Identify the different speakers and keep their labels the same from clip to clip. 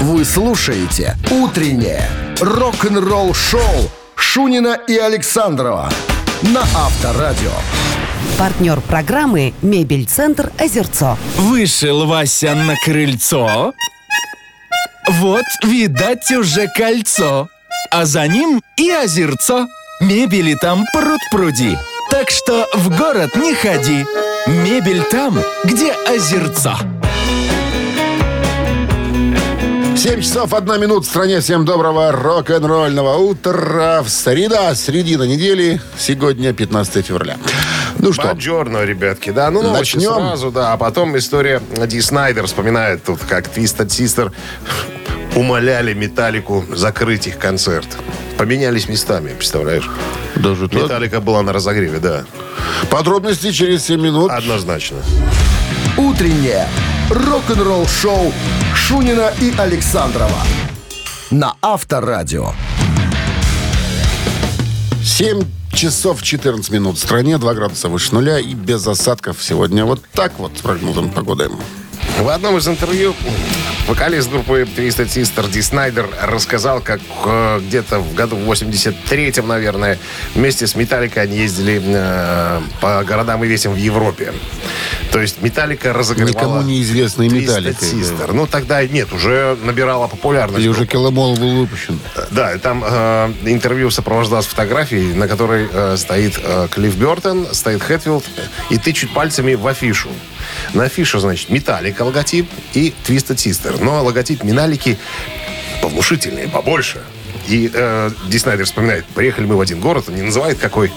Speaker 1: Вы слушаете «Утреннее рок-н-ролл-шоу» Шунина и Александрова на Авторадио.
Speaker 2: Партнер программы «Мебель-центр Озерцо».
Speaker 3: Вышел Вася на крыльцо. Вот, видать, уже кольцо. А за ним и озерцо. Мебели там пруд-пруди. Так что в город не ходи. Мебель там, где озерца.
Speaker 4: 7 часов 1 минут в стране. Всем доброго рок-н-ролльного утра. В среда, середина недели. Сегодня 15 февраля. Ну что,
Speaker 5: Бонжорно, ребятки, да. Ну, новости
Speaker 4: Начнем?
Speaker 5: сразу, да. А потом история Ди Снайдер вспоминает тут, как Твистед Систер умоляли Металлику закрыть их концерт. Поменялись местами, представляешь?
Speaker 4: даже так.
Speaker 5: Металлика была на разогреве, да.
Speaker 4: Подробности через 7 минут.
Speaker 5: Однозначно.
Speaker 1: «Утреннее рок-н-ролл-шоу» Шунина и Александрова на Авторадио.
Speaker 4: 7 часов 14 минут в стране, 2 градуса выше нуля и без осадков сегодня. Вот так вот с прогнозом погоды.
Speaker 5: В одном из интервью вокалист группы Twisted Sister Ди Снайдер рассказал, как э, где-то в году 83-м, наверное, вместе с Металликой они ездили э, по городам и весям в Европе. То есть Металлика разогревала...
Speaker 4: Никому неизвестный
Speaker 5: Twisted
Speaker 4: Металликой,
Speaker 5: Sister. Ну, тогда нет, уже набирала популярность.
Speaker 4: Или уже киломол был выпущен.
Speaker 5: Да, и там э, интервью сопровождалось фотографией, на которой э, стоит э, Клифф Бертон, стоит Хэтфилд и тычет пальцами в афишу. На афише, значит, Металлика логотип и Твиста Систер. Но логотип Миналики повнушительнее, побольше. И э, Ди Снайдер вспоминает, приехали мы в один город, он не называет какой.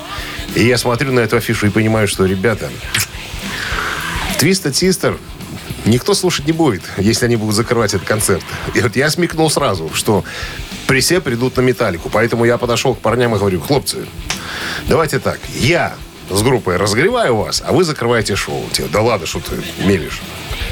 Speaker 5: И я смотрю на эту афишу и понимаю, что, ребята, Твиста Систер никто слушать не будет, если они будут закрывать этот концерт. И вот я смекнул сразу, что прессе придут на металлику. Поэтому я подошел к парням и говорю, хлопцы, давайте так, я с группой разогреваю вас, а вы закрываете шоу. Те, да ладно, что ты мелешь.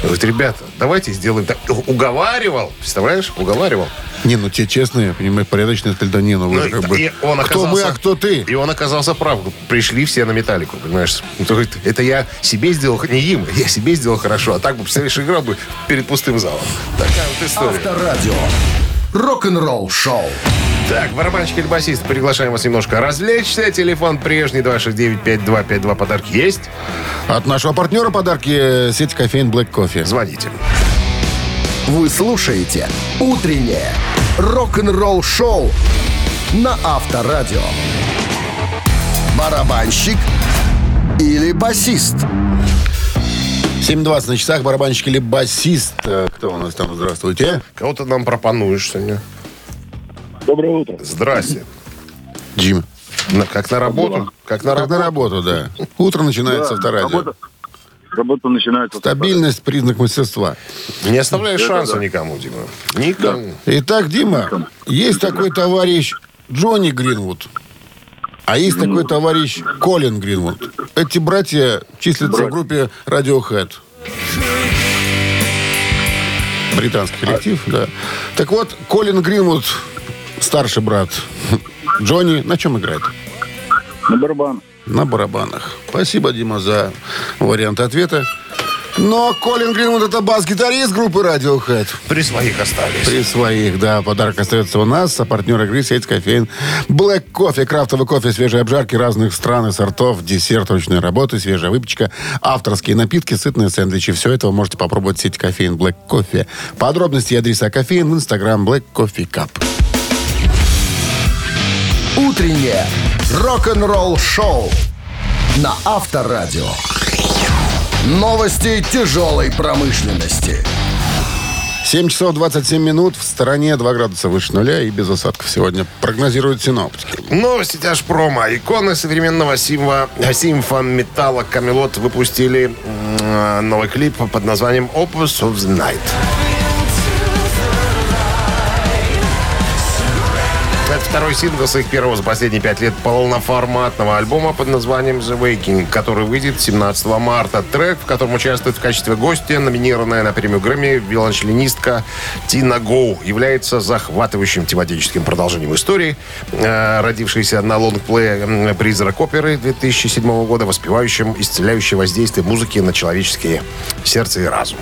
Speaker 5: Говорит, ребята, давайте сделаем так. Уговаривал, представляешь, уговаривал.
Speaker 4: Не, ну те честные, я понимаю, порядочные сказали, да не, ну вы
Speaker 5: Ну,
Speaker 4: же как
Speaker 5: и-
Speaker 4: бы...
Speaker 5: и он
Speaker 4: кто мы,
Speaker 5: оказался-
Speaker 4: а кто ты?
Speaker 5: И он оказался прав. Пришли все на металлику, понимаешь? Ну, то есть Это я себе сделал, не им, я себе сделал хорошо. А так бы, представляешь, играл бы перед пустым залом. Такая вот история.
Speaker 1: Авторадио. Рок-н-ролл-шоу.
Speaker 5: Так, барабанщик или басист, приглашаем вас немножко развлечься. Телефон прежний 269-5252. Подарки есть?
Speaker 4: От нашего партнера подарки э, сеть кофеин Black Coffee.
Speaker 5: Звоните.
Speaker 1: Вы слушаете «Утреннее рок-н-ролл-шоу» на Авторадио. Барабанщик или басист?
Speaker 4: 7.20 на часах, барабанщик или басист. Э, Кто у нас там? Здравствуйте.
Speaker 5: Кого-то нам пропонуешь сегодня.
Speaker 6: Доброе утро.
Speaker 5: Здрасте.
Speaker 4: Джим.
Speaker 5: На- как на работу? Как на
Speaker 4: Как на
Speaker 5: работу?
Speaker 4: работу, да. Утро начинается
Speaker 6: Да,
Speaker 4: авторадио.
Speaker 6: Работа, работа начинается. с
Speaker 4: Стабильность – признак мастерства.
Speaker 5: Не оставляешь
Speaker 6: Это
Speaker 5: шанса
Speaker 6: да.
Speaker 5: никому, Дима. Никому.
Speaker 4: Итак, Дима, есть такой товарищ Джонни Гринвуд, а есть такой товарищ Колин Гринвуд. Эти братья числятся в группе Radiohead. Британский коллектив, да. Так вот, Колин Гринвуд, старший брат Джонни, на чем играет?
Speaker 6: пар- На барабан.
Speaker 4: На барабанах. Спасибо, Дима, за вариант ответа. Но Колин Гринвуд это бас-гитарист группы Radiohead.
Speaker 5: При своих остались.
Speaker 4: При своих, да. Подарок остается у нас. А партнер игры сеть кофеин. Black кофе, крафтовый кофе, свежие обжарки разных стран и сортов, десерт ручной работы, свежая выпечка, авторские напитки, сытные сэндвичи. Все это вы можете попробовать в сети кофеин Black кофе. Подробности и адреса кофеин в инстаграм Black Coffee Cup.
Speaker 1: «Утреннее рок-н-ролл-шоу» на Авторадио. Новости тяжелой промышленности.
Speaker 4: 7 часов 27 минут. В стороне 2 градуса выше нуля и без осадков сегодня. Прогнозируют синоптики.
Speaker 5: Новости Тяжпрома. Иконы современного симва, э, симфометалла Камелот выпустили м, новый клип под названием Opus of the Night. Это второй сингл с их первого за последние пять лет полноформатного альбома под названием The Waking, который выйдет 17 марта. Трек, в котором участвует в качестве гостя, номинированная на премию Грэмми виолончелинистка Тина Гоу, является захватывающим тематическим продолжением истории, э, родившейся на лонгплее м, «Призрак оперы» 2007 года, воспевающим исцеляющее воздействие музыки на человеческие сердце и разум.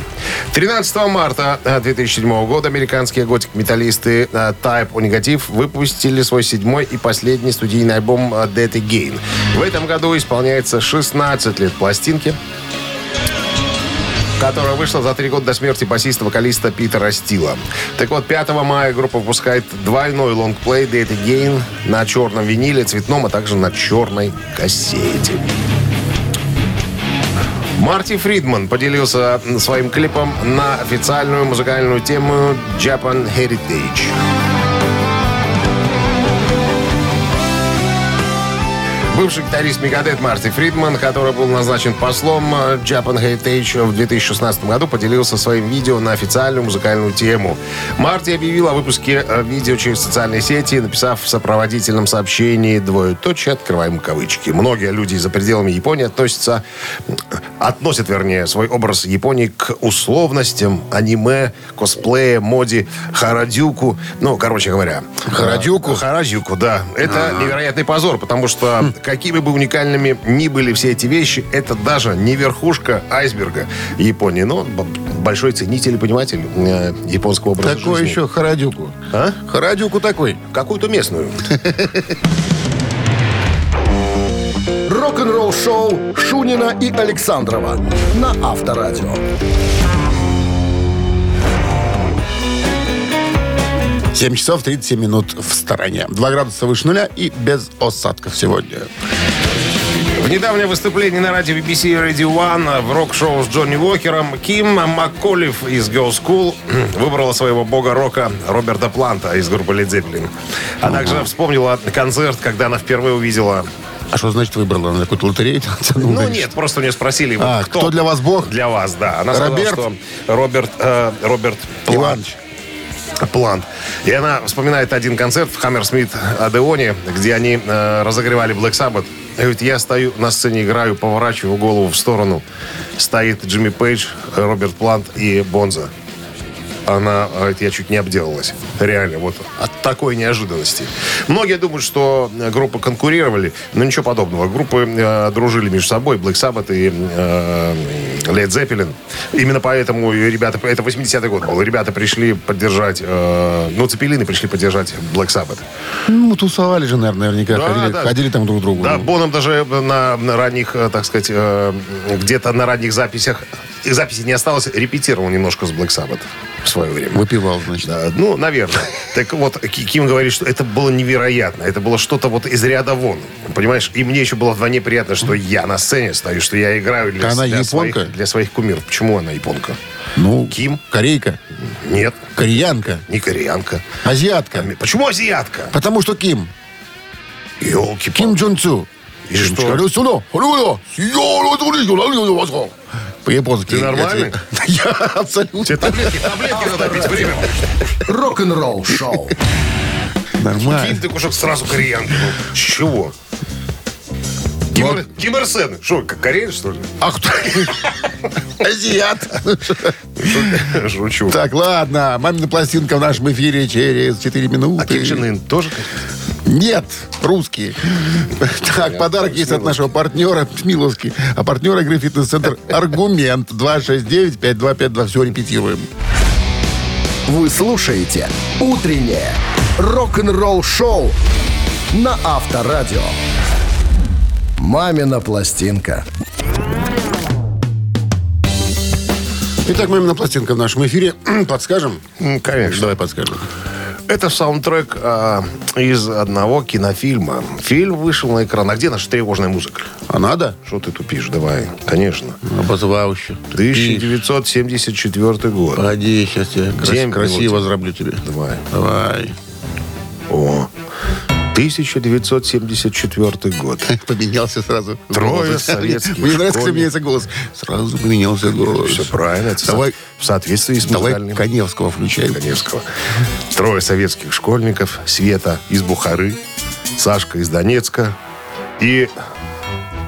Speaker 5: 13 марта э, 2007 года американские готик-металлисты э, Type O Negative выпустили свой седьмой и последний студийный альбом э, Dead Again. В этом году исполняется 16 лет пластинки, которая вышла за три года до смерти басиста-вокалиста Питера Стила. Так вот, 5 мая группа выпускает двойной лонгплей Dead Again на черном виниле, цветном, а также на черной кассете. Марти Фридман поделился своим клипом на официальную музыкальную тему Japan Heritage. Бывший гитарист Мегадет Марти Фридман, который был назначен послом э, Japan Heritage в 2016 году, поделился своим видео на официальную музыкальную тему. Марти объявил о выпуске э, видео через социальные сети, написав в сопроводительном сообщении двоеточие, открываем кавычки. Многие люди за пределами Японии относятся, относят, вернее, свой образ Японии к условностям, аниме, косплея, моде, харадюку. Ну, короче говоря. Харадюку? Харадюку, да. Это невероятный позор, потому что какими бы уникальными ни были все эти вещи, это даже не верхушка айсберга Японии. Но б- большой ценитель и пониматель э, японского образа
Speaker 4: Такой
Speaker 5: жизни.
Speaker 4: еще Харадюку.
Speaker 5: А?
Speaker 4: Харадюку такой.
Speaker 5: Какую-то местную.
Speaker 1: Рок-н-ролл-шоу Шунина и Александрова на Авторадио.
Speaker 4: 7 часов 37 минут в стороне. 2 градуса выше нуля и без осадков сегодня.
Speaker 5: В недавнем выступлении на радио BBC Radio One в рок-шоу с Джонни Уокером Ким Макколев из Girl School выбрала своего бога рока Роберта Планта из группы Led Zeppelin. А также вспомнила концерт, когда она впервые увидела...
Speaker 4: А что значит выбрала? На какую-то лотерею?
Speaker 5: Ну нет, просто у нее спросили, вот
Speaker 4: А, кто для вас бог?
Speaker 5: Для вас, да. Она сказала,
Speaker 4: Роберт?
Speaker 5: что Роберт, э, Роберт Плант.
Speaker 4: Иванович.
Speaker 5: План. И она вспоминает один концерт в Хаммерсмит Адеоне, где они э, разогревали Black Sabbath. И говорит, я стою на сцене, играю, поворачиваю голову в сторону. Стоит Джимми Пейдж, Роберт Плант и Бонза. Она говорит, я чуть не обделалась. Реально, вот от такой неожиданности. Многие думают, что э, группы конкурировали, но ничего подобного. Группы э, дружили между собой, Black Sabbath и э, Led Zeppelin. Именно поэтому и ребята, это 80-й год был, ребята пришли поддержать, э, ну, Цепелины пришли поддержать Black Sabbath.
Speaker 4: Ну, тусовали же, наверное, наверняка.
Speaker 5: Да,
Speaker 4: ходили,
Speaker 5: да.
Speaker 4: ходили там друг к другу.
Speaker 5: Да,
Speaker 4: Ну.
Speaker 5: Боном даже на, на ранних, э, так сказать, э, где-то на ранних записях, и записи не осталось, репетировал немножко с Black Sabbath в свое время.
Speaker 4: Выпивал, значит.
Speaker 5: Да, ну, наверное. Так вот, Ки- Ким говорит, что это было невероятно. Это было что-то вот из ряда вон. Понимаешь? И мне еще было вдвойне приятно, что я на сцене стою, что я играю для,
Speaker 4: Да А она
Speaker 5: для
Speaker 4: японка?
Speaker 5: своих, для своих кумиров. Почему она японка?
Speaker 4: Ну,
Speaker 5: Ким?
Speaker 4: Корейка.
Speaker 5: Нет,
Speaker 4: Кореянка.
Speaker 5: не кореянка.
Speaker 4: Азиатка.
Speaker 5: Ами- Почему азиатка?
Speaker 4: Потому что Ким.
Speaker 5: Елки
Speaker 4: Ким Джун Цу.
Speaker 5: И что?
Speaker 4: По-японски.
Speaker 5: Ты нормальный?
Speaker 4: Я абсолютно
Speaker 5: Таблетки, таблетки надо пить время.
Speaker 1: Рок-н-ролл-шоу.
Speaker 5: Ким
Speaker 4: нормальный.
Speaker 5: ты кушок сразу кореянка. был. С чего? Ким,
Speaker 4: Вот.
Speaker 5: Ир- Ким Ир Сен. Что, к- кореец, что ли?
Speaker 4: А кто? Азиат.
Speaker 5: Шучу.
Speaker 4: Так, ладно. Мамина пластинка в нашем эфире через 4 минуты.
Speaker 5: А Ким Чен Ын тоже? кореец?
Speaker 4: Нет, русские. Так, подарок есть от нашего партнера Смиловский. А партнер игры фитнес-центр «Аргумент» 269-5252. Все репетируем.
Speaker 1: Вы слушаете «Утреннее рок-н-ролл-шоу» на Авторадио. «Мамина пластинка».
Speaker 4: Итак, мамина пластинка в нашем эфире. Подскажем?
Speaker 5: М, Конечно.
Speaker 4: Давай подскажем.
Speaker 5: Это саундтрек а, из одного кинофильма. Фильм вышел на экран. А где наша тревожная музыка?
Speaker 4: А надо?
Speaker 5: Что ты тупишь? Давай. Конечно.
Speaker 4: Обозвауще.
Speaker 5: 1974 год.
Speaker 4: Погоди, сейчас я крас-
Speaker 5: Семь минут.
Speaker 4: красиво разраблю тебе.
Speaker 5: Давай.
Speaker 4: Давай.
Speaker 5: О. 1974 год.
Speaker 4: Поменялся сразу.
Speaker 5: Трое
Speaker 4: Голос.
Speaker 5: советских
Speaker 4: Мне нравится, как
Speaker 5: школьников.
Speaker 4: меняется голос. Сразу поменялся голос.
Speaker 5: Все правильно. это
Speaker 4: Давай,
Speaker 5: В соответствии с
Speaker 4: давай
Speaker 5: музыкальным-
Speaker 4: Коневского включай.
Speaker 5: Коневского. Трое советских школьников. Света из Бухары, Сашка из Донецка и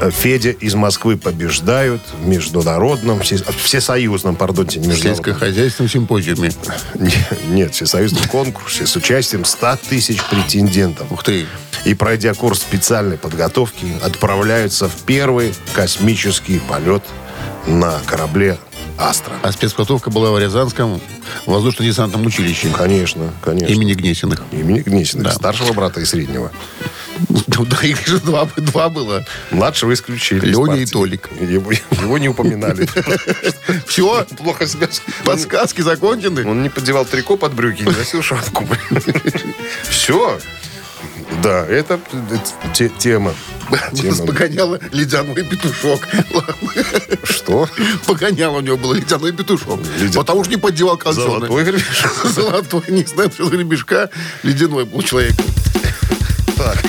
Speaker 5: э, Федя из Москвы побеждают в международном, все- всесоюзном, пардонте,
Speaker 4: В
Speaker 5: международном.
Speaker 4: сельскохозяйственном симпозиуме.
Speaker 5: Нет, всесоюзном конкурсе с участием 100 тысяч претендентов.
Speaker 4: Ух ты.
Speaker 5: И пройдя курс специальной подготовки, отправляются в первый космический полет на корабле «Астра».
Speaker 4: А спецподготовка была в Рязанском воздушно-десантном училище
Speaker 5: Конечно, конечно.
Speaker 4: имени Гнесиных.
Speaker 5: Имени Гнесиных,
Speaker 4: Да.
Speaker 5: старшего брата и среднего.
Speaker 4: Да, их же два, два было.
Speaker 5: Младшего исключили. из
Speaker 4: Лёня
Speaker 5: партии.
Speaker 4: и Толик.
Speaker 5: Его, его не упоминали.
Speaker 4: Все,
Speaker 5: Плохо себя... Он,
Speaker 4: подсказки закончены.
Speaker 5: он не поддевал трико под брюки, не носил шапку. Все. Да, это э, те- тема.
Speaker 4: Нас
Speaker 5: Тема.
Speaker 4: погоняла ледяной петушок.
Speaker 5: Что?
Speaker 4: Погонял у него был ледяной петушок.
Speaker 5: Ледя-
Speaker 4: Потому что не поддевал кальсоны.
Speaker 5: Золотой гребешок.
Speaker 4: Золотой, не знаю, что за гребешка. Ледяной был человек.
Speaker 5: Так.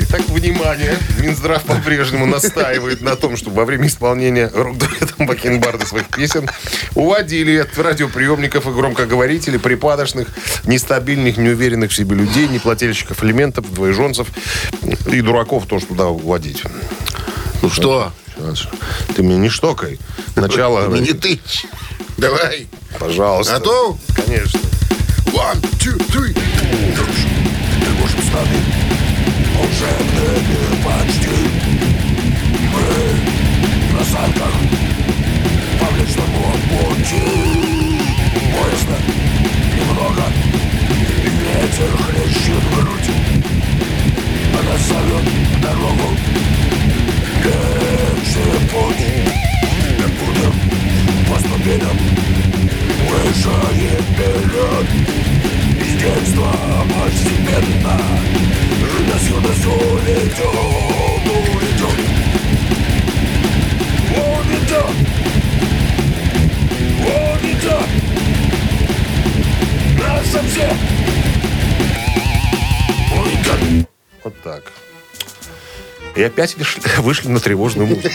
Speaker 5: Итак, внимание. Минздрав по-прежнему настаивает на том, что во время исполнения рок-дуэтом Бакенбарда своих песен уводили от радиоприемников и громкоговорителей припадочных, нестабильных, неуверенных в себе людей, неплательщиков элементов, двоеженцев и дураков тоже туда уводить.
Speaker 4: Ну что?
Speaker 5: Сейчас. Ты мне не штокай. Начало.
Speaker 4: Не, не ты. Давай.
Speaker 5: Пожалуйста.
Speaker 4: Готов?
Speaker 5: Конечно.
Speaker 4: One, two, three.
Speaker 5: Вот так. И опять вышли, вышли на тревожную музыку.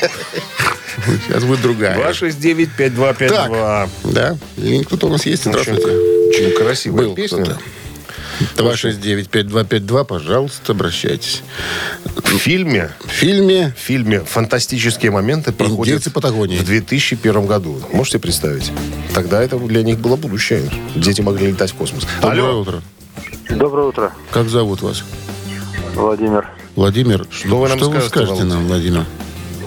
Speaker 4: Сейчас будет другая.
Speaker 5: 269-5252.
Speaker 4: Так. Да? И кто-то у нас есть?
Speaker 5: Очень,
Speaker 4: Здравствуйте.
Speaker 5: очень красивая
Speaker 4: Был
Speaker 5: песня.
Speaker 4: кто-то. 269-5252, пожалуйста, обращайтесь.
Speaker 5: В фильме,
Speaker 4: В фильме
Speaker 5: в фильме «Фантастические моменты» проходят
Speaker 4: Патагонии.
Speaker 5: в 2001 году. Можете представить? Тогда это для них было будущее. Дети могли летать в космос.
Speaker 4: Доброе
Speaker 5: Алло,
Speaker 4: утро.
Speaker 6: Доброе утро,
Speaker 4: Как зовут вас?
Speaker 6: Владимир.
Speaker 4: Владимир,
Speaker 5: Что вы нам скажете,
Speaker 4: скажете
Speaker 5: Володя?
Speaker 4: нам, Владимир?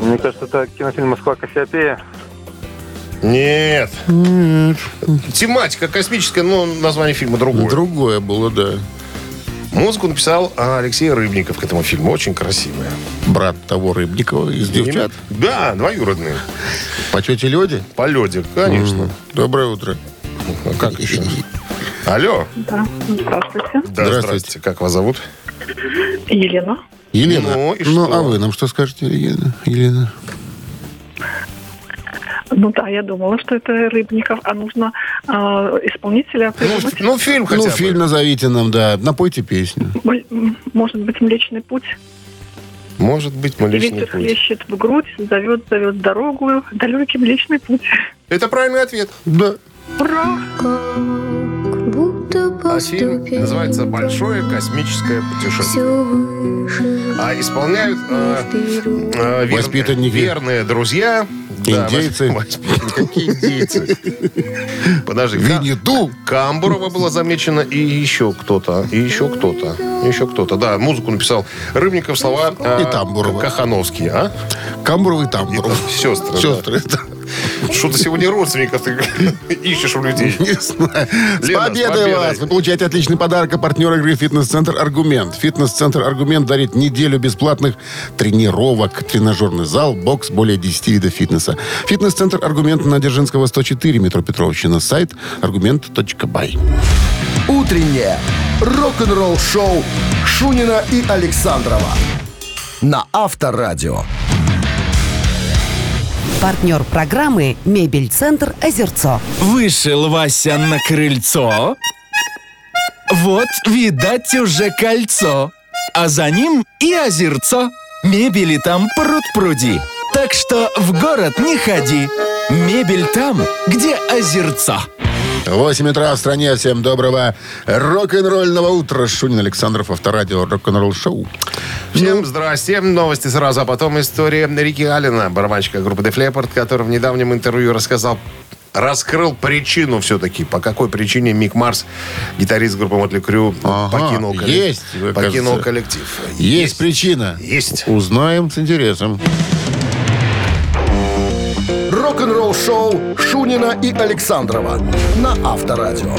Speaker 6: Мне кажется, это кинофильм «Москва Кассиопея».
Speaker 5: Нет. Тематика космическая, но название фильма другое.
Speaker 4: Другое было, да.
Speaker 5: Музыку написал а, Алексей Рыбников к этому фильму. Очень красивая.
Speaker 4: Брат того Рыбникова из девчат.
Speaker 5: Да, двоюродные.
Speaker 4: По тете Лёде?
Speaker 5: По лёде, конечно.
Speaker 4: Доброе утро.
Speaker 5: А как еще? Алло.
Speaker 7: Да. Здравствуйте.
Speaker 5: Да,
Speaker 4: Здравствуйте.
Speaker 5: здравствуйте. Как вас зовут?
Speaker 7: Елена.
Speaker 4: Елена,
Speaker 5: Ну, и что?
Speaker 4: а вы нам что скажете, Елена? Елена?
Speaker 7: Ну да, я думала, что это Рыбников, а нужно э, исполнителя
Speaker 5: Ну,
Speaker 7: придумать.
Speaker 5: ну, фильм хотя
Speaker 4: ну,
Speaker 5: бы.
Speaker 4: фильм назовите нам, да. Напойте песню.
Speaker 7: М- Может быть, «Млечный путь».
Speaker 5: Может быть, мы личный путь.
Speaker 7: Ветер хлещет в грудь, зовет, зовет дорогу, далекий «Млечный путь».
Speaker 5: Это правильный ответ.
Speaker 4: Да.
Speaker 7: Ура!
Speaker 8: Как будто
Speaker 5: А фильм называется «Большое космическое путешествие». А исполняют э, э, вер-
Speaker 4: Воспитанники.
Speaker 5: верные друзья. Да,
Speaker 4: Индейцы.
Speaker 5: вос- воспитанники. Какие индейцы? Подожди. Ка-
Speaker 4: Винни-Ду.
Speaker 5: Камбурова была замечена и еще кто-то, и еще кто-то, и еще кто-то. Да, музыку написал Рыбников, слова э,
Speaker 4: И Тамбурова.
Speaker 5: Кахановский, а?
Speaker 4: Камбровый там.
Speaker 5: Сестры.
Speaker 4: Сестры, да.
Speaker 5: Что-то сегодня родственников ты ищешь у людей.
Speaker 4: Не знаю. С
Speaker 5: Лена, с
Speaker 4: победой
Speaker 5: победой.
Speaker 4: вас! Вы получаете отличный подарок от партнера игры «Фитнес-центр Аргумент». «Фитнес-центр Аргумент» дарит неделю бесплатных тренировок, тренажерный зал, бокс, более 10 видов фитнеса. «Фитнес-центр Аргумент» на Дзержинского, 104, метро Петровщина. Сайт аргумент.бай.
Speaker 1: Утреннее рок-н-ролл-шоу Шунина и Александрова на Авторадио.
Speaker 2: Партнер программы «Мебель-центр Озерцо».
Speaker 3: Вышел Вася на крыльцо, Вот, видать, уже кольцо. А за ним и озерцо. Мебели там пруд-пруди. Так что в город не ходи. Мебель там, где озерцо.
Speaker 4: 8 утра в стране. Всем доброго рок-н-ролльного утра. Шунин Александров, авторадио «Рок-н-ролл шоу». Ну.
Speaker 5: Всем здрасте. Новости сразу, а потом история Рики Аллена, барабанщика группы Def Leppard, который в недавнем интервью рассказал, раскрыл причину все-таки, по какой причине Мик Марс, гитарист группы Мотли Крю,
Speaker 4: Ага,
Speaker 5: покинул, коллек-
Speaker 4: есть, вы,
Speaker 5: покинул
Speaker 4: кажется.
Speaker 5: коллектив.
Speaker 4: Есть, причина.
Speaker 5: Есть.
Speaker 4: Узнаем с интересом.
Speaker 1: Рок-н-ролл-шоу Шунина и Александрова на Авторадио.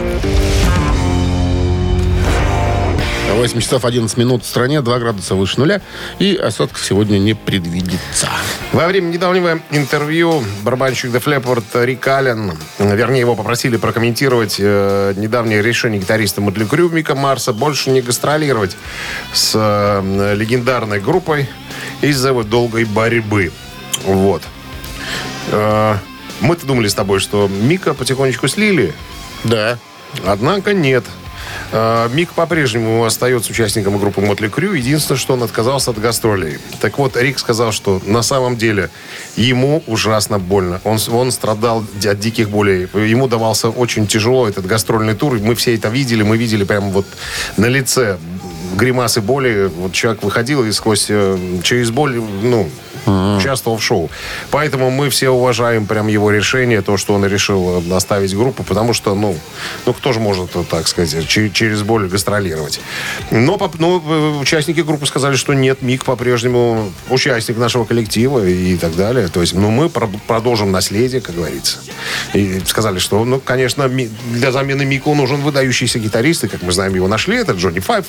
Speaker 4: 8 часов 11 минут в стране, 2 градуса выше нуля. И осадков сегодня не предвидится.
Speaker 5: Во время недавнего интервью барабанщик Def Leppard Рик Аллен, э, вернее, его попросили прокомментировать э, недавнее решение гитариста Модли Крю Мика Марса больше не гастролировать с э, легендарной группой из-за его долгой борьбы. Вот. Э, мы-то думали с тобой, что Мика потихонечку слили,
Speaker 4: Да.
Speaker 5: Однако нет. Э, Мик по-прежнему остается участником группы Мотли Крю. Единственное, что он отказался от гастролей. Так вот, Рик сказал, что на самом деле ему ужасно больно. Он, с- он страдал ди- от диких болей. Ему давался очень тяжело этот гастрольный тур. Мы все это видели. Мы видели прямо вот на лице гримасы боли. Вот человек выходил и сквозь, э, через боль, ну, участвовал в шоу. Поэтому мы все уважаем прям его решение, то, что он решил э, оставить группу, потому что, ну, ну кто же может, э, так сказать, че- через боль гастролировать. Но, поп- но, э, участники группы сказали, что нет, Мик по-прежнему участник нашего коллектива и так далее. То есть, ну, мы про- продолжим наследие, как говорится. И сказали, что, ну, конечно, Ми- для замены Мику нужен выдающийся гитарист, и, как мы знаем, его нашли, это Джонни Файв.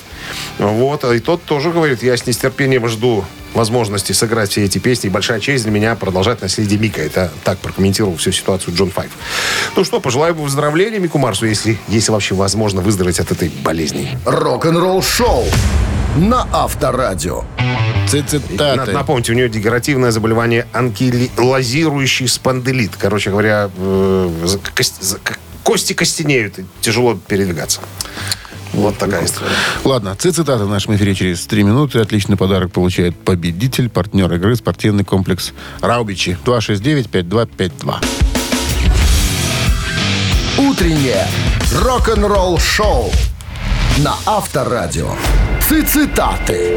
Speaker 5: Вот, и тот тоже говорит, я с нетерпением жду возможности сыграть все эти песни. И большая честь для меня продолжать наследие Мика. Это так прокомментировал всю ситуацию Джон Файв. Ну что, пожелаю ему выздоровления Мику Марсу, если, если вообще возможно выздороветь от этой болезни.
Speaker 1: Рок-н-ролл-шоу на Авторадио.
Speaker 5: Надо
Speaker 4: Цитаты.
Speaker 5: напомнить, у нее дегенеративное заболевание анкилозирующий спондилит. Короче говоря, э, за- кость- за- к- кости костенеют, и тяжело передвигаться. Вот такая история.
Speaker 4: Ладно, цитаты в нашем эфире через 3 минуты. Отличный подарок получает победитель, партнер игры, спортивный комплекс «Раубичи». 269-5252.
Speaker 1: Утреннее рок-н-ролл-шоу на Авторадио. Цитаты.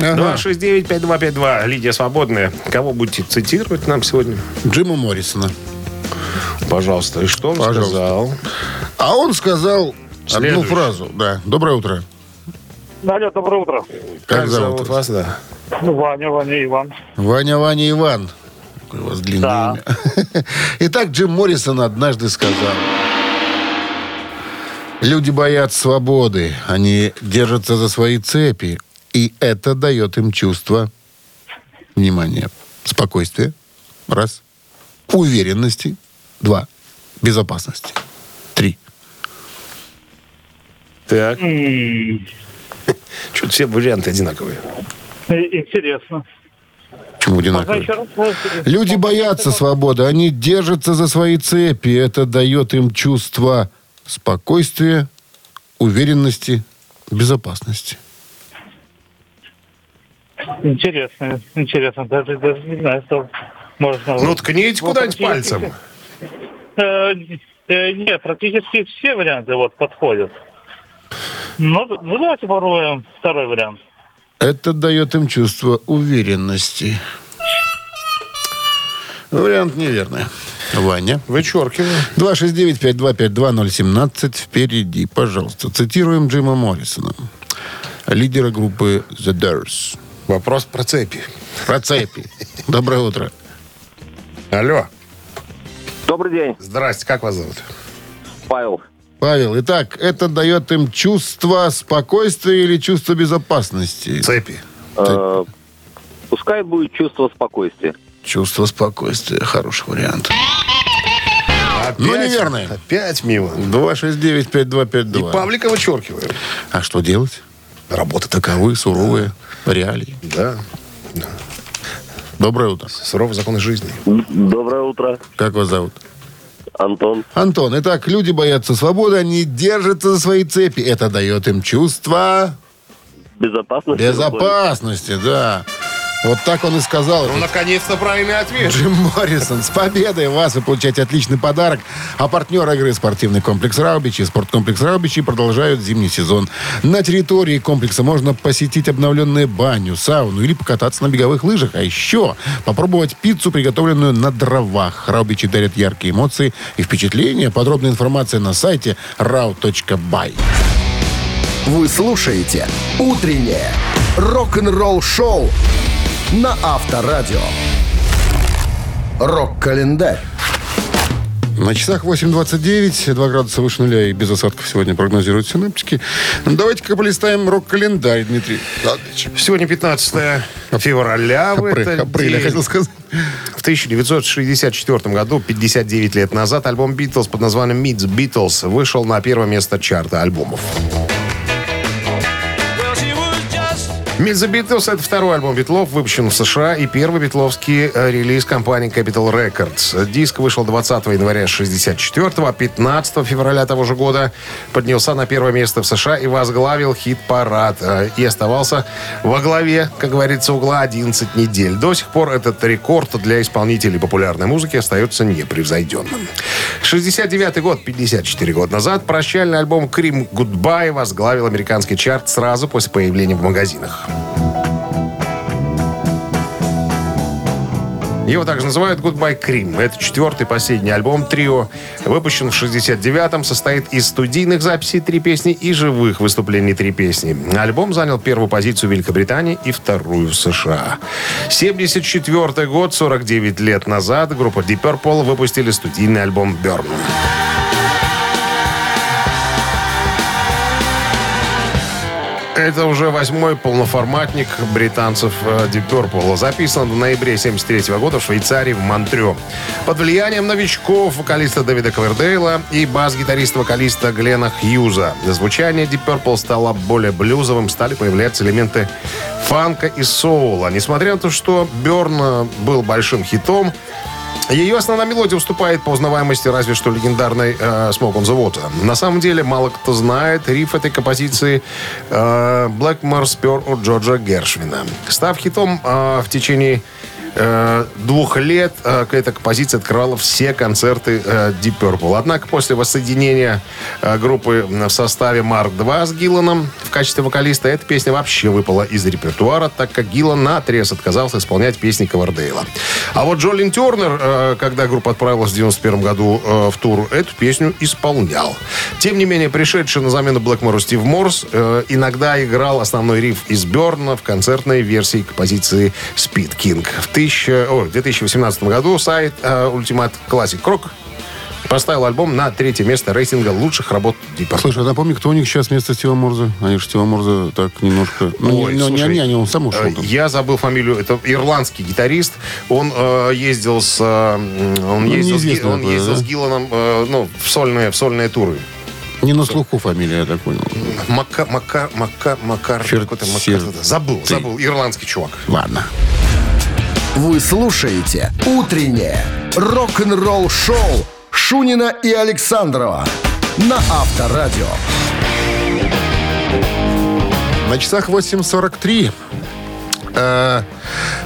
Speaker 4: Ну.
Speaker 5: 269-5252. Лидия Свободная. Кого будете цитировать нам сегодня?
Speaker 4: Джима Моррисона.
Speaker 5: Пожалуйста. И что он
Speaker 4: Пожалуйста.
Speaker 5: сказал?
Speaker 4: А он сказал одну
Speaker 5: Следующий.
Speaker 4: фразу. Да. Доброе утро.
Speaker 6: Алло, доброе утро.
Speaker 4: Как, зовут? вас?
Speaker 5: да?
Speaker 6: Ваня, Ваня, Иван.
Speaker 4: Ваня, Ваня, Иван. Какое у вас длинное
Speaker 6: Да.
Speaker 4: имя. Итак, Джим Моррисон однажды сказал. Люди боятся свободы. Они держатся за свои цепи. И это дает им чувство внимания. Спокойствия. Раз. Уверенности. Два. Безопасности. Три.
Speaker 5: Так. Что-то все варианты одинаковые.
Speaker 6: Интересно.
Speaker 4: Почему одинаковые?
Speaker 6: еще раз?
Speaker 4: Люди боятся свободы, они держатся за свои цепи. Это дает им чувство спокойствия, уверенности, безопасности.
Speaker 6: Интересно, интересно. Даже, даже не знаю, что можно...
Speaker 5: Ну, ткните
Speaker 6: Вот
Speaker 5: куда-нибудь
Speaker 6: такие
Speaker 5: пальцем.
Speaker 6: Э, э, Нет, практически все варианты вот подходят. Ну, ну давайте попробуем второй вариант.
Speaker 4: Это дает им чувство уверенности. Вариант неверный. Ваня.
Speaker 5: Вычеркиваю.
Speaker 4: 269-525-2017 впереди. Пожалуйста, цитируем Джима Моррисона, лидера группы The Doors.
Speaker 5: Вопрос про цепи.
Speaker 4: Про цепи. Доброе утро.
Speaker 5: Алло.
Speaker 9: Добрый день,
Speaker 5: Здрасте, как вас зовут?
Speaker 9: Павел.
Speaker 4: Павел, итак, это дает им чувство спокойствия или чувство безопасности?
Speaker 5: Цепи.
Speaker 9: Э, Пускай будет чувство спокойствия.
Speaker 4: Чувство спокойствия. Хороший вариант.
Speaker 5: Опять,
Speaker 4: Ну, неверное.
Speaker 5: Опять мимо.
Speaker 4: 269-5252.
Speaker 5: И Павлика вычеркиваем.
Speaker 4: А что делать? Работы таковы, суровые, реалии.
Speaker 5: Да.
Speaker 4: Доброе утро.
Speaker 5: Суров законы жизни.
Speaker 9: Доброе утро.
Speaker 4: Как вас зовут?
Speaker 9: Антон.
Speaker 4: Антон, итак, люди боятся свободы, они держатся за свои цепи. Это дает им чувство
Speaker 9: Безопасность.
Speaker 4: безопасности, да. Вот так он и сказал.
Speaker 5: Ну, наконец-то правильный ответ.
Speaker 4: Джим Моррисон, с победой вас вы получаете отличный подарок. А партнер игры спортивный комплекс Раубичи. Спорткомплекс Раубичи продолжают зимний сезон. На территории комплекса можно посетить обновленную баню, сауну или покататься на беговых лыжах. А еще попробовать пиццу, приготовленную на дровах. Раубичи дарят яркие эмоции и впечатления. Подробная информация на сайте rau.by.
Speaker 1: Вы слушаете «Утреннее рок-н-ролл-шоу» на Авторадио. Рок-календарь.
Speaker 4: На часах 8.29, 2 градуса выше нуля и без осадков сегодня прогнозируют синоптики. Ну, Давайте-ка полистаем рок-календарь, Дмитрий. Ладович.
Speaker 5: Сегодня 15 февраля. в
Speaker 4: Апрель,
Speaker 5: этот
Speaker 4: апрель, я
Speaker 5: день.
Speaker 4: хотел сказать.
Speaker 5: В 1964 году, 59 лет назад, альбом «Битлз» под названием «Meets Beatles» вышел на первое место чарта альбомов. «Meet the Beatles» — это второй альбом «Битлов», выпущен в США, и первый битловский э, релиз компании Capital Records. Диск вышел 20 января 64 а 15 февраля того же года поднялся на первое место в США и возглавил хит-парад. э, И оставался во главе, как говорится, угла 11 недель. До сих пор этот рекорд для исполнителей популярной музыки остается непревзойденным. 69 год, 54 года назад, прощальный альбом «Крим Гудбай» возглавил американский чарт сразу после появления в магазинах. Его также называют «Goodbye Cream». Это четвертый последний альбом трио. Выпущен в 69-м, состоит из студийных записей три песни и живых выступлений три песни. Альбом занял первую позицию в Великобритании и вторую в США. 74 год, 49 лет назад, группа Deep Purple выпустили студийный альбом «Burn». Это уже восьмой полноформатник британцев э, Deep Purple. Записан в ноябре 73 года в Швейцарии в Монтрё. Под влиянием новичков, вокалиста Дэвида Ковердейла и бас-гитариста-вокалиста Глена Хьюза. Звучание Deep Purple стало более блюзовым, стали появляться элементы фанка и соула. Несмотря на то, что Берн э, был большим хитом, ее основная мелодия уступает по узнаваемости разве что легендарной э, «Smoke on the Water». На самом деле, мало кто знает риф этой композиции э, Блэкмор спер у Джорджа Гершвина. Став хитом э, в течение э, двух лет, э, эта композиция открывала все концерты э, Deep Purple. Однако после воссоединения э, группы в составе Марк 2 с Гилланом в качестве вокалиста эта песня вообще выпала из репертуара, так как Гиллан наотрез отказался исполнять песни Ковардейла. А вот Джолин Тернер, э, когда группа отправилась в 91 году э, в тур, эту песню исполнял. Тем не менее, пришедший на замену Блэкмору Стив Морс э, иногда играл основной риф из Берна в концертной версии композиции «Speed King». В, 1000 ой, в 2018 году сайт э, Ultimate Classic Rock поставил альбом на третье место рейтинга лучших работ Deep Purple.
Speaker 4: Слушай, а напомни, кто у них сейчас вместо Стива Морза? Они же Стива Морза так немножко... Ну,
Speaker 5: Ой,
Speaker 4: не, ну, не
Speaker 5: слушай,
Speaker 4: они, они, он сам ушел.
Speaker 5: Э,
Speaker 4: там.
Speaker 5: Я забыл фамилию. Это ирландский гитарист. Он э, ездил с... э, м, он
Speaker 4: Ну,
Speaker 5: ездил, с, Ги-
Speaker 4: неизвестно
Speaker 5: он
Speaker 4: было,
Speaker 5: ездил
Speaker 4: да?
Speaker 5: с Гилланом э, ну, в, сольные, в сольные туры.
Speaker 4: Не на слуху фамилия, я так понял.
Speaker 5: Мака, Мака, Мака, Макар...
Speaker 4: Фер-
Speaker 5: какой-то Макар-
Speaker 4: Фер-
Speaker 5: забыл, забыл. Ирландский чувак.
Speaker 4: Ладно.
Speaker 1: Вы слушаете «Утреннее рок-н-ролл-шоу» Шунина и Александрова на Авторадио.
Speaker 4: На часах 8.43. Э,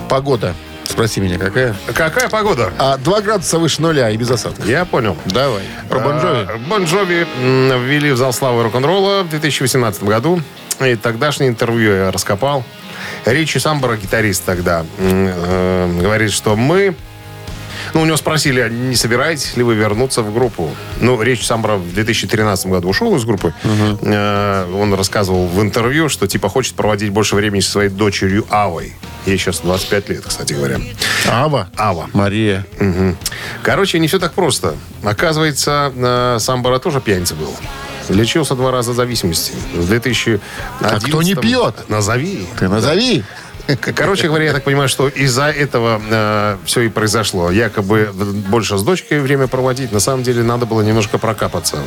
Speaker 4: погода. Спроси меня, какая?
Speaker 5: Какая погода?
Speaker 4: А 2 градуса выше нуля и без осадков.
Speaker 5: Я понял.
Speaker 4: Давай. Про Бон Джови.
Speaker 5: А, Бон Джови м, ввели в зал славы рок-н-ролла в 2018 году. И тогдашнее интервью я раскопал. Ричи Самбора, гитарист тогда, м, э, говорит, что мы... Ну, у него спросили, а не собираетесь ли вы вернуться в группу? Ну, Ричи Самбора в 2013 году ушел из группы. Э, он рассказывал в интервью, что, типа, хочет проводить больше времени со своей дочерью Авой. Ей сейчас 25 лет, кстати говоря.
Speaker 4: Ава.
Speaker 5: Ава.
Speaker 4: Мария.
Speaker 5: Мгм. Короче, не все так просто. Оказывается, э, сам Бара тоже пьяница был. Лечился два раза от зависимости. В 2011
Speaker 4: А кто не пьет?
Speaker 5: Назови.
Speaker 4: Ты назови.
Speaker 5: Короче говоря, я так понимаю, что из-за этого все и произошло. Якобы больше с дочкой время проводить. На самом деле надо было немножко прокапаться.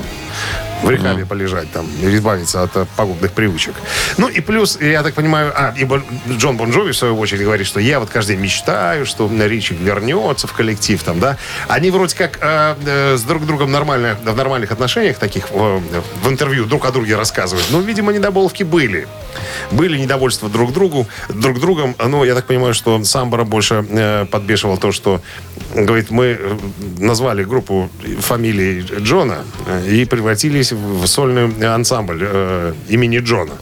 Speaker 5: в рекаме полежать там, и избавиться от э, пагубных привычек. Ну и плюс, я так понимаю, а, и Бон- Джон Бон Джови, в свою очередь, говорит, что я вот каждый день мечтаю, что Ричи вернется в коллектив там, да. Они вроде как э, э, с друг другом нормально, в нормальных отношениях таких э, в интервью друг о друге рассказывают. Ну, видимо, недоболвки были. Были недовольства друг другу, друг другом. Но я так понимаю, что Самбара больше э, подбешивал то, что говорит, мы э, назвали группу фамилией Джона э, и превратились в сольный ансамбль э, имени Джона.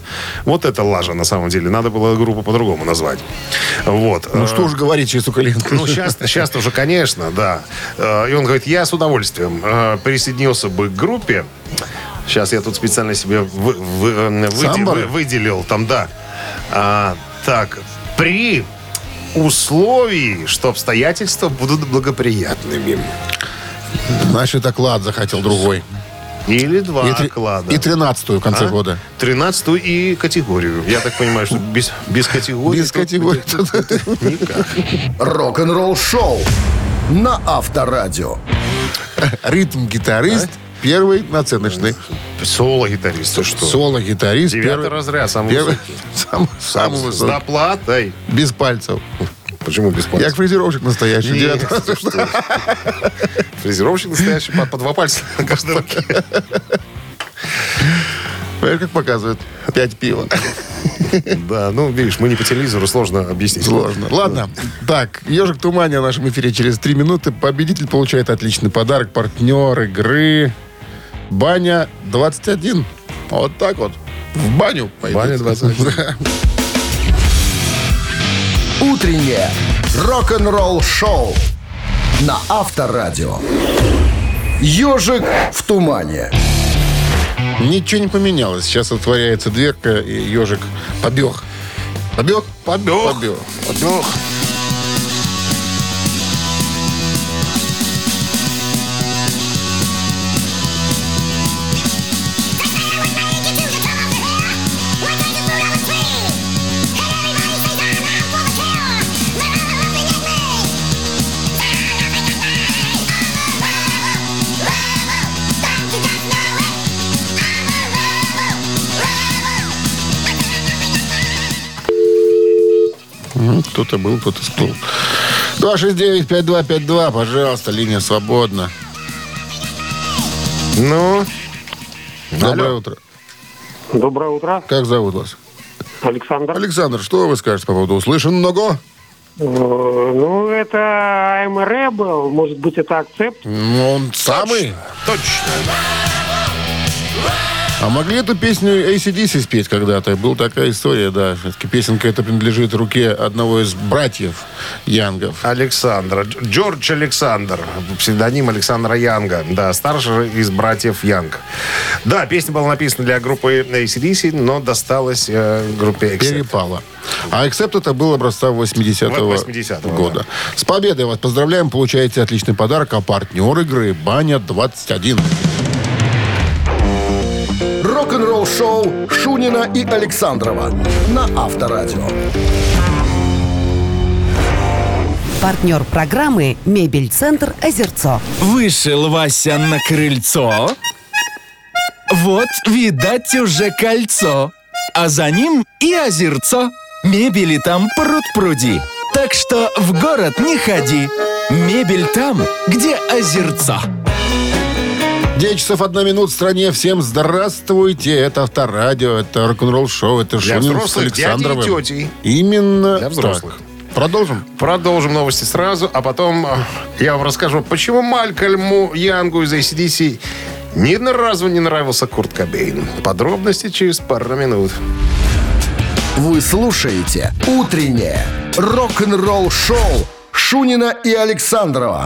Speaker 5: Вот это лажа на самом деле. Надо было группу по-другому назвать. Вот. э,
Speaker 4: Ну что уж говорить через столько лет.
Speaker 5: А. Ну, сейчас, сейчас уже, конечно, да. Э, И он говорит, я с удовольствием э, присоединился бы к группе. Сейчас я тут специально себе вы- вы- э, выде-
Speaker 4: Самбары?
Speaker 5: вы- выделил там, да. А, так, при условии, что обстоятельства будут благоприятными.
Speaker 4: Значит, оклад захотел другой.
Speaker 5: Или два
Speaker 4: И три-
Speaker 5: оклада.
Speaker 4: И тринадцатую в конце
Speaker 5: А?
Speaker 4: года.
Speaker 5: Тринадцатую и категорию. Я так понимаю, что без, без категории...
Speaker 4: Без
Speaker 5: тут-
Speaker 4: категории.
Speaker 5: Никак.
Speaker 1: Рок-н-ролл шоу на Авторадио.
Speaker 4: Ритм гитарист
Speaker 5: А?
Speaker 4: первый на оценочный.
Speaker 5: Соло-гитарист, ты что?
Speaker 4: Соло гитарист
Speaker 5: Ну, Девятый
Speaker 4: первый.
Speaker 5: разряд, самый
Speaker 4: первый-
Speaker 5: высокий.
Speaker 4: сам-
Speaker 5: Сам
Speaker 4: самый
Speaker 5: с
Speaker 4: высокий.
Speaker 5: доплатой.
Speaker 4: Без пальцев.
Speaker 5: Почему без пальцев?
Speaker 4: Я как фрезеровщик настоящий.
Speaker 5: Нет,
Speaker 4: девятый.
Speaker 5: ты что? Фрезеровщик настоящий, по, по два пальца на каждой руке.
Speaker 4: Понимаешь, как показывают? Пять пива.
Speaker 5: Да, ну, видишь, мы не по телевизору, сложно объяснить.
Speaker 4: Сложно. Ладно. Так, «Ежик в тумане» в нашем эфире через три минуты. Победитель получает отличный подарок. Партнер игры «Баня 21». Вот так вот. В баню пойдет.
Speaker 5: Баня 21.
Speaker 4: Да.
Speaker 1: Утреннее рок-н-ролл шоу на Авторадио. Ежик в тумане.
Speaker 4: Ничего не поменялось. Сейчас отворяется дверка, и ежик побег. Побег?
Speaker 5: Побег.
Speaker 4: Побег.
Speaker 5: Побег.
Speaker 4: Ну, Кто-то был, кто-то всплыл. 269-5252, пожалуйста, линия свободна.
Speaker 5: Ну,
Speaker 4: Доброе утро.
Speaker 9: Доброе утро,
Speaker 4: Как зовут вас?
Speaker 9: Александр. Э,
Speaker 4: Александр, что вы скажете по поводу услышанного?
Speaker 9: Ну, это I'm a Rebel, может быть, это акцепт.
Speaker 4: Ну, он самый.
Speaker 5: точно.
Speaker 4: А могли эту песню ACDC спеть когда-то? Была такая история, да. Все-таки песенка эта принадлежит руке одного из братьев Янгов.
Speaker 5: Александр. Дж- Джордж Александр. Псевдоним Александра Янга. Да, старший из братьев Янг. Да, песня была написана для группы ACDC, но досталась э, группе Accept.
Speaker 4: Перепало. А «Эксепт» это был образца 80-го,
Speaker 5: 80-го,
Speaker 4: года. С победой вас поздравляем. Получаете отличный подарок. А партнер игры «Баня-21».
Speaker 1: Рок-н-ролл шоу Шунина и Александрова на Авторадио.
Speaker 2: Партнер программы «Мебель-центр Озерцо».
Speaker 3: Вышел Вася на крыльцо. Вот, видать, уже кольцо. А за ним и озерцо. Мебели там пруд пруди. Так что в город не ходи. Мебель там, где озерца.
Speaker 4: 9 часов 1 минут в стране. Всем здравствуйте. Это авторадио, это рок-н-ролл шоу, это
Speaker 5: Для
Speaker 4: Шунин с
Speaker 5: взрослых дядей и
Speaker 4: Александровым.
Speaker 5: тетей.
Speaker 4: Именно
Speaker 5: Для
Speaker 4: так.
Speaker 5: взрослых.
Speaker 4: Продолжим.
Speaker 5: Продолжим новости сразу, а потом э, я вам расскажу, почему Малькольму Янгу из ACDC ни на разу не нравился Курт Кобейн. Подробности через пару минут.
Speaker 1: Вы слушаете «Утреннее рок-н-ролл-шоу» Шунина и Александрова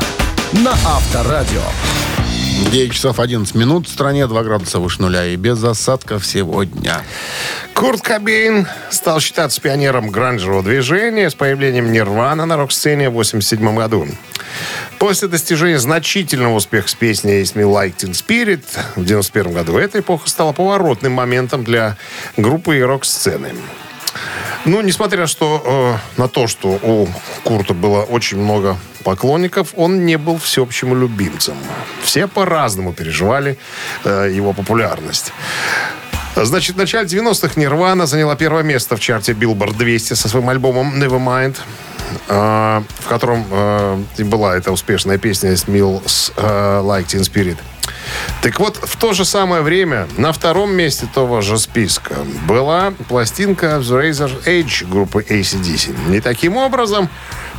Speaker 1: на Авторадио.
Speaker 4: 9 часов 11 минут в стране. 2 градуса выше нуля. И без осадков сегодня.
Speaker 5: Курт Кобейн стал считаться пионером гранжевого движения с появлением Нирвана на рок-сцене в 1987 году. После достижения значительного успеха с песней «Is Me Like Teen Spirit» в 1991 году эта эпоха стала поворотным моментом для группы и рок-сцены. Ну, несмотря что, э, на то, что у Курта было очень много поклонников, он не был всеобщим любимцем. Все по-разному переживали э, его популярность. Значит, в начале 90-х Нирвана заняла первое место в чарте Billboard 200 со своим альбомом Nevermind, э, в котором э, и была эта успешная песня Smells э, Like Teen Spirit. Так вот, в то же самое время, на втором месте того же списка, была пластинка The Razor's Edge группы ACDC. И таким образом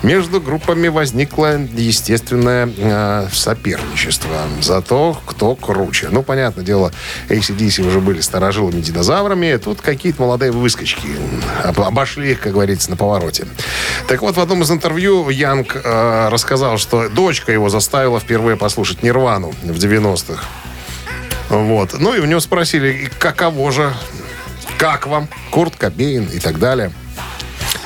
Speaker 5: между группами возникло естественное э, соперничество за то, кто круче. Ну, понятное дело, ACDC уже были старожилами динозаврами, тут какие-то молодые выскочки об- обошли их, как говорится, на повороте. Так вот, в одном из интервью Янг э, рассказал, что дочка его заставила впервые послушать Нирвану в 90-х. Вот. Ну и у него спросили, и каково же, как вам, Курт Кобейн и так далее.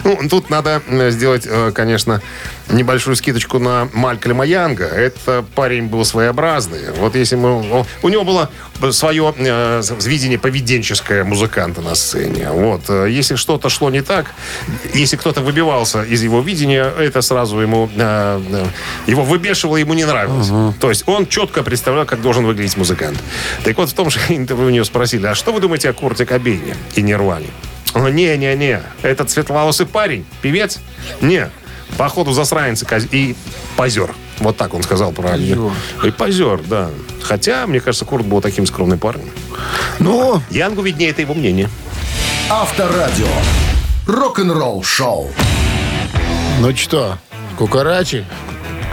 Speaker 5: Ну, тут надо э, сделать, э, конечно, небольшую скидочку на Малькольма Янга. Это парень был своеобразный. Вот если мы... о, У него было свое э, видение поведенческое музыканта на сцене. Вот. э, Если что-то шло не так, если кто-то выбивался из его видения, это сразу ему... э, э, его выбешивало, ему не нравилось. То есть он четко представлял, как должен выглядеть музыкант. Так вот, в том же интервью у него спросили, а что вы думаете о Курте Кобейне и Нирване? Он, Не-не-не, этот светловолосый парень, певец? Не, походу засранец и коз- и позер. Вот так он сказал про И позер, да. Хотя, мне кажется, Курт был таким скромным парнем.
Speaker 4: Ну,
Speaker 5: Янгу виднее это его мнение.
Speaker 1: Авторадио. Рок-н-ролл шоу.
Speaker 4: ну что, кукарачи?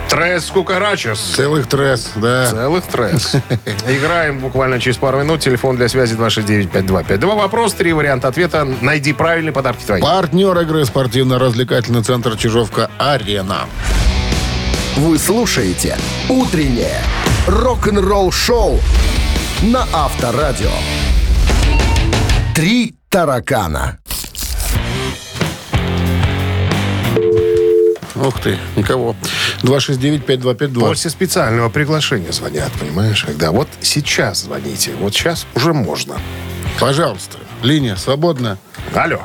Speaker 5: Трес Кукарачес.
Speaker 4: Целых трес, да.
Speaker 5: Целых трес. Играем буквально через пару минут. Телефон для связи 269-5252. Вопрос, три варианта ответа. Найди правильный подарки твои.
Speaker 4: Партнер игры спортивно-развлекательный центр «Чижовка-Арена».
Speaker 1: Вы слушаете «Утреннее рок-н-ролл-шоу» на Авторадио. «Три таракана».
Speaker 4: Ух ты, никого. 269-5252.
Speaker 5: После специального приглашения звонят, понимаешь? Когда вот сейчас звоните, вот сейчас уже можно.
Speaker 4: Пожалуйста, линия свободна.
Speaker 5: Алло.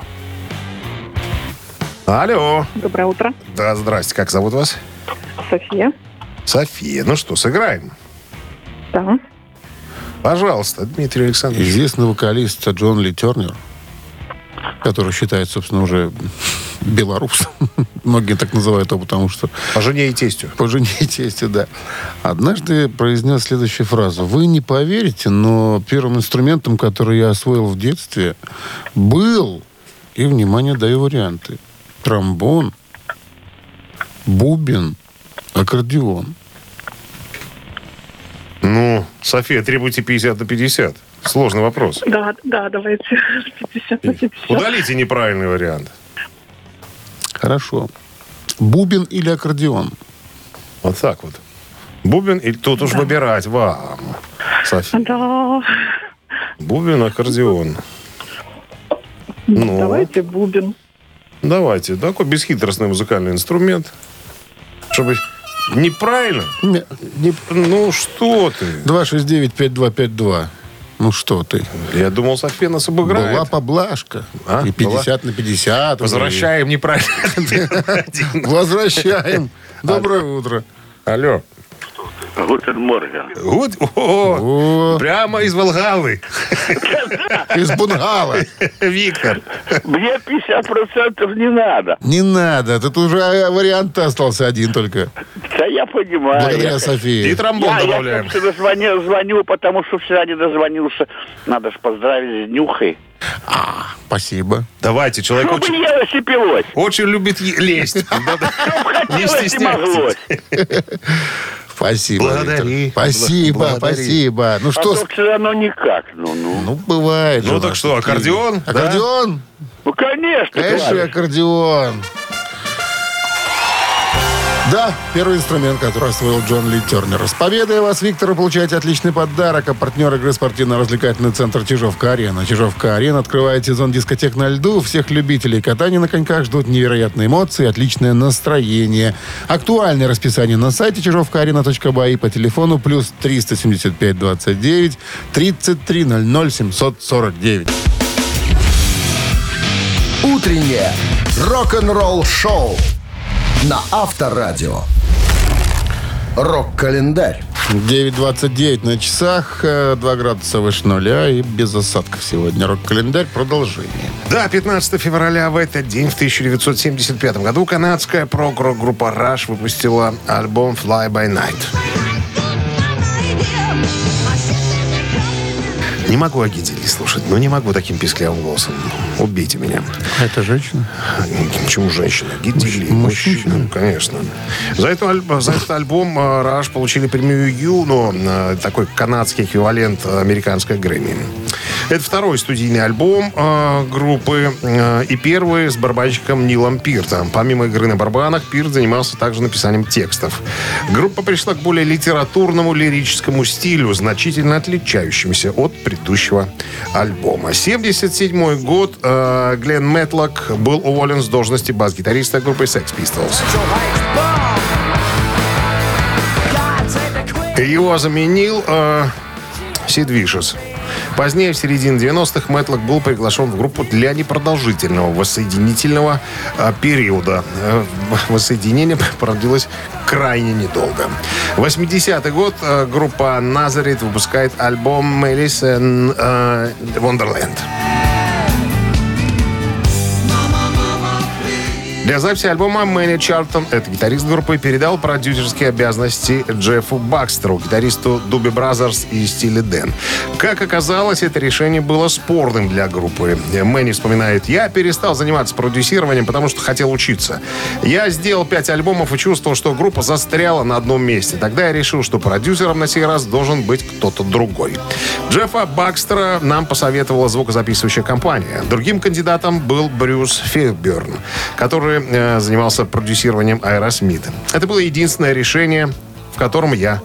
Speaker 5: Алло.
Speaker 7: Доброе утро,
Speaker 5: Да, здрасте. Как зовут вас?
Speaker 7: София.
Speaker 5: София. Ну что, сыграем?
Speaker 7: Да.
Speaker 5: Пожалуйста, Дмитрий Александрович.
Speaker 4: Известный вокалист Джон Ли Тернер, который считает, собственно, уже белорусом. Многие так называют его, потому что
Speaker 5: По жене и тестю.
Speaker 4: по жене и тесте, да. Однажды произнес следующую фразу. Вы не поверите, но первым инструментом, который я освоил в детстве, был, и, внимание, даю варианты, тромбон, бубен, аккордеон.
Speaker 5: Ну, София, требуйте 50 на 50. Сложный вопрос.
Speaker 7: Да, да, давайте 50 на 50.
Speaker 5: Удалите неправильный вариант.
Speaker 4: Хорошо. Бубен или аккордеон?
Speaker 5: Вот так вот. Бубен, и тут уж выбирать вам. София.
Speaker 7: Да,
Speaker 5: Бубен, аккордеон. Ну,
Speaker 7: давайте бубен.
Speaker 5: давайте. Такой бесхитростный музыкальный инструмент. Чтобы... Неправильно?
Speaker 4: Не- не-
Speaker 5: Ну, что ты?
Speaker 4: 269-5252. Ну что ты?
Speaker 5: Я думал, София нас обыграет.
Speaker 4: Была поблажка.
Speaker 5: А,
Speaker 4: И 50 на 50.
Speaker 5: Возвращаем неправильно.
Speaker 4: Возвращаем.
Speaker 5: А.
Speaker 4: Доброе утро.
Speaker 5: Алло.
Speaker 10: Гутен Морган.
Speaker 5: Вот, о,
Speaker 4: О.
Speaker 5: прямо из Волгалы.
Speaker 4: Из бунгала.
Speaker 5: Виктор.
Speaker 10: Мне 50% не надо.
Speaker 4: Не надо. Тут уже э, вариант остался один только.
Speaker 10: Да я
Speaker 5: А,
Speaker 10: понимаю.
Speaker 4: Благодаря
Speaker 5: И
Speaker 4: Софии.
Speaker 5: тромбон
Speaker 10: Я, я,
Speaker 5: добавляем.
Speaker 10: собственно, звоню, звоню, потому что вчера не дозвонился. Надо же поздравить с Нюхой.
Speaker 4: А, Спасибо.
Speaker 5: Давайте, человек
Speaker 10: Чтобы
Speaker 5: очень...
Speaker 10: не елось и пилось.
Speaker 5: Очень любит е- лезть. Да-да. Не
Speaker 10: Ну, Хотелось и моглось. А
Speaker 5: стесняйтесь.
Speaker 4: Спасибо.
Speaker 5: Благодари.
Speaker 4: Виктор. Спасибо,
Speaker 5: Благодари.
Speaker 4: спасибо. Ну
Speaker 10: А
Speaker 4: что,
Speaker 10: то
Speaker 4: с-
Speaker 10: вчера, ну никак. Ну, ну.
Speaker 4: ну бывает. же
Speaker 5: Ну
Speaker 4: у
Speaker 5: так
Speaker 4: нас
Speaker 5: что,
Speaker 4: такие.
Speaker 5: аккордеон? да?
Speaker 4: Аккордеон?
Speaker 10: ну конечно,
Speaker 4: Конечно,
Speaker 10: товарищ.
Speaker 4: аккордеон. Да, первый инструмент, который освоил Джон Ли Тернер. С победой вас, Виктор, вы получаете отличный подарок. А партнер игры спортивно-развлекательный центр «Чижовка-арена». «Чижовка-арена» открывает сезон дискотек на льду. Всех любителей катания на коньках ждут невероятные эмоции, отличное настроение. Актуальное расписание на сайте «Чижовка-арена.бай» и по телефону плюс 375 29 33 00 749.
Speaker 1: «Утреннее рок-н-ролл шоу» на Авторадио. Рок-календарь.
Speaker 4: 9.29 на часах, 2 градуса выше нуля и без осадков сегодня. Рок-календарь, продолжение.
Speaker 5: Да, 15 февраля в этот день, в 1975 году, канадская прок-рок-группа Rush выпустила альбом Fly By Night. Не могу Агидели слушать, но не могу таким писклявым голосом. Убейте меня.
Speaker 4: Это женщина?
Speaker 5: Почему женщина? Гидили, мужчина, конечно. За, эту аль- за этот альбом э, Rush получили премию Ю, но э, такой канадский эквивалент э, американской Грэмми. Это второй студийный альбом э, группы э, и первый с барабанщиком Нилом Пиртом. Помимо игры на барабанах, Пирт занимался также написанием текстов. Группа пришла к более литературному лирическому стилю, значительно отличающемуся от предыдущего альбома. 1977 год. э, Глен Мэтлок был уволен с должности бас-гитариста группы Sex Pistols. Его заменил э, Сид Вишес. Позднее, в середине 90-х, Мэтлок был приглашен в группу для непродолжительного воссоединительного э, периода. Э, в- воссоединение продлилось крайне недолго. 80-й год э, группа Nazareth выпускает альбом «Мелис Wonderland». Для записи альбома Мэнни Чартон, это гитарист группы, передал продюсерские обязанности Джеффу Бакстеру, гитаристу Дуби Бразерс и Стиле Дэн. Как оказалось, это решение было спорным для группы. Мэнни вспоминает, я перестал заниматься продюсированием, потому что хотел учиться. Я сделал пять альбомов и чувствовал, что группа застряла на одном месте. Тогда я решил, что продюсером на сей раз должен быть кто-то другой. Джеффа Бакстера нам посоветовала звукозаписывающая компания. Другим кандидатом был Брюс Фейберн, который э, занимался продюсированием Аэросмита. Это было единственное решение, в котором я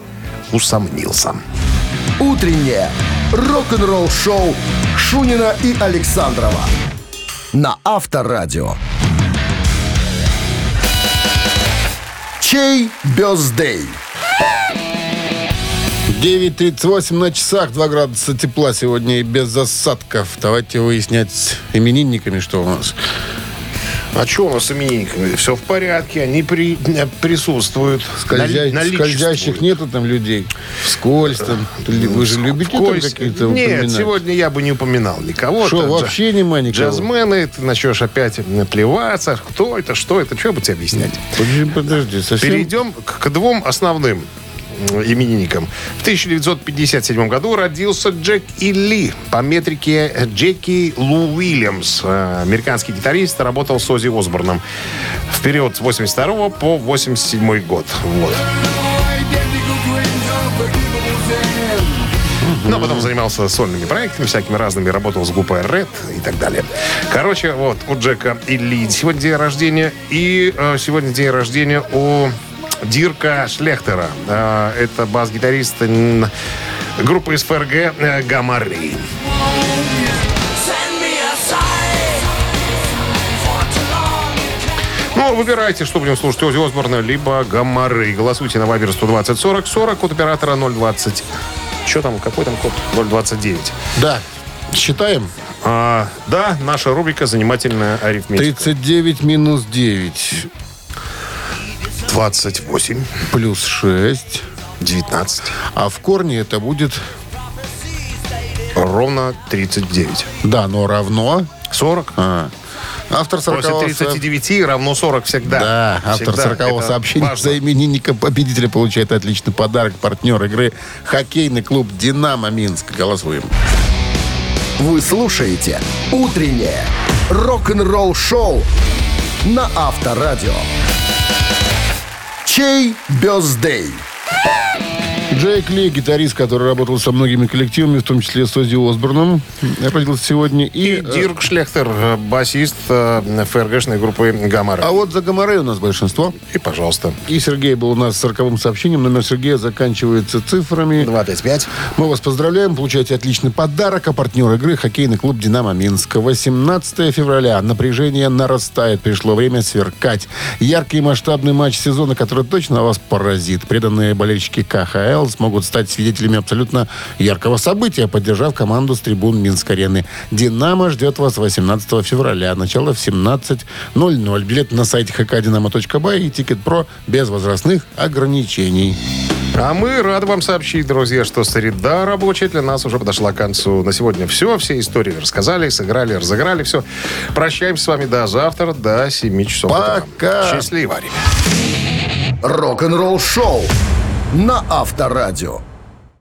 Speaker 5: усомнился.
Speaker 1: Утреннее рок-н-ролл-шоу Шунина и Александрова на Авторадио. Чей бездей?
Speaker 4: 9.38 на часах, 2 градуса тепла сегодня и без осадков. Давайте выяснять с именинниками, что у нас.
Speaker 5: А что у нас с именинниками? Все в порядке, они при- э, присутствуют.
Speaker 4: Скользя-
Speaker 5: Нали- наличествуют.
Speaker 4: Скользящих нету там людей. Вскользь там. Вы же любите там
Speaker 5: Вскользь.
Speaker 4: какие-то
Speaker 5: Нет,
Speaker 4: упоминать?
Speaker 5: сегодня я бы не упоминал никого.
Speaker 4: Шо,
Speaker 5: Там джа-
Speaker 4: вообще нема никого?
Speaker 5: Джазмены, ты начнешь опять наплеваться. Кто это, что это, что я буду тебе объяснять?
Speaker 4: Подожди, подожди, совсем...
Speaker 5: Перейдем к, к двум основным м, именинникам. В 1957 году родился Джек И. Ли по метрике э, Джеки Лу Уильямс. Э, Американский гитарист, работал с Ози Осборном в период с 82 по 87 год. Вот. Но Ну, а потом занимался сольными проектами всякими разными, работал с группой Red и так далее. Короче, вот у Джека и Ли сегодня день рождения, и э, сегодня день рождения у Дирка Шлехтера. Э, это бас-гитарист м, группы из ФРГ э, Гамарей. Ну, выбирайте, что будем слушать, Ози Осборна, либо Гамары. Голосуйте на Вайбер 120 40 40, код оператора 020. Что там, какой там код? 029.
Speaker 4: Да, считаем.
Speaker 5: А, да, наша рубрика «Занимательная арифметика».
Speaker 4: 39 минус 9
Speaker 5: 28,
Speaker 4: плюс 6.
Speaker 5: 19,
Speaker 4: А в корне это будет...
Speaker 5: ровно 39.
Speaker 4: Да, но равно...
Speaker 5: 40?
Speaker 4: А. Автор 40
Speaker 5: После 39 равно 40 всегда.
Speaker 4: Да, автор
Speaker 5: Всегда.
Speaker 4: 40
Speaker 5: Это
Speaker 4: сообщения
Speaker 5: важно.
Speaker 4: за именинника победителя получает отличный подарок. Партнер игры хоккейный клуб «Динамо Минск». Голосуем.
Speaker 1: Вы слушаете «Утреннее рок-н-ролл-шоу» на Авторадио. Чей бездей?
Speaker 4: Джейк Ли, гитарист, который работал со многими коллективами, в том числе с Ози Осборном, родился сегодня. И,
Speaker 5: И Дирк Шлехтер, э, басист э, ФРГшной группы Гамара.
Speaker 4: А вот за Гоморрей у нас большинство.
Speaker 5: И, пожалуйста.
Speaker 4: И Сергей был у нас с 40 сообщением. Номер Сергея заканчивается цифрами.
Speaker 5: 255.
Speaker 4: Мы вас поздравляем. Получаете отличный подарок. А партнер игры – хоккейный клуб «Динамо Минск». 18 февраля. Напряжение нарастает. Пришло время сверкать. Яркий и масштабный матч сезона, который точно вас поразит. Преданные болельщики КХЛ Альянс могут стать свидетелями абсолютно яркого события, поддержав команду с трибун Минск-арены. «Динамо» ждет вас 18 февраля. Начало в 17.00. Билет на сайте hkdinamo.by и «Тикет.Про» без возрастных ограничений.
Speaker 5: А мы рады вам сообщить, друзья, что среда рабочая для нас уже подошла к концу. На сегодня все. Все истории рассказали, сыграли, разыграли. Все. Прощаемся с вами до завтра, до 7 часов. утра.
Speaker 4: Пока.
Speaker 5: Счастливо, ребята.
Speaker 1: Рок-н-ролл шоу на Авторадио.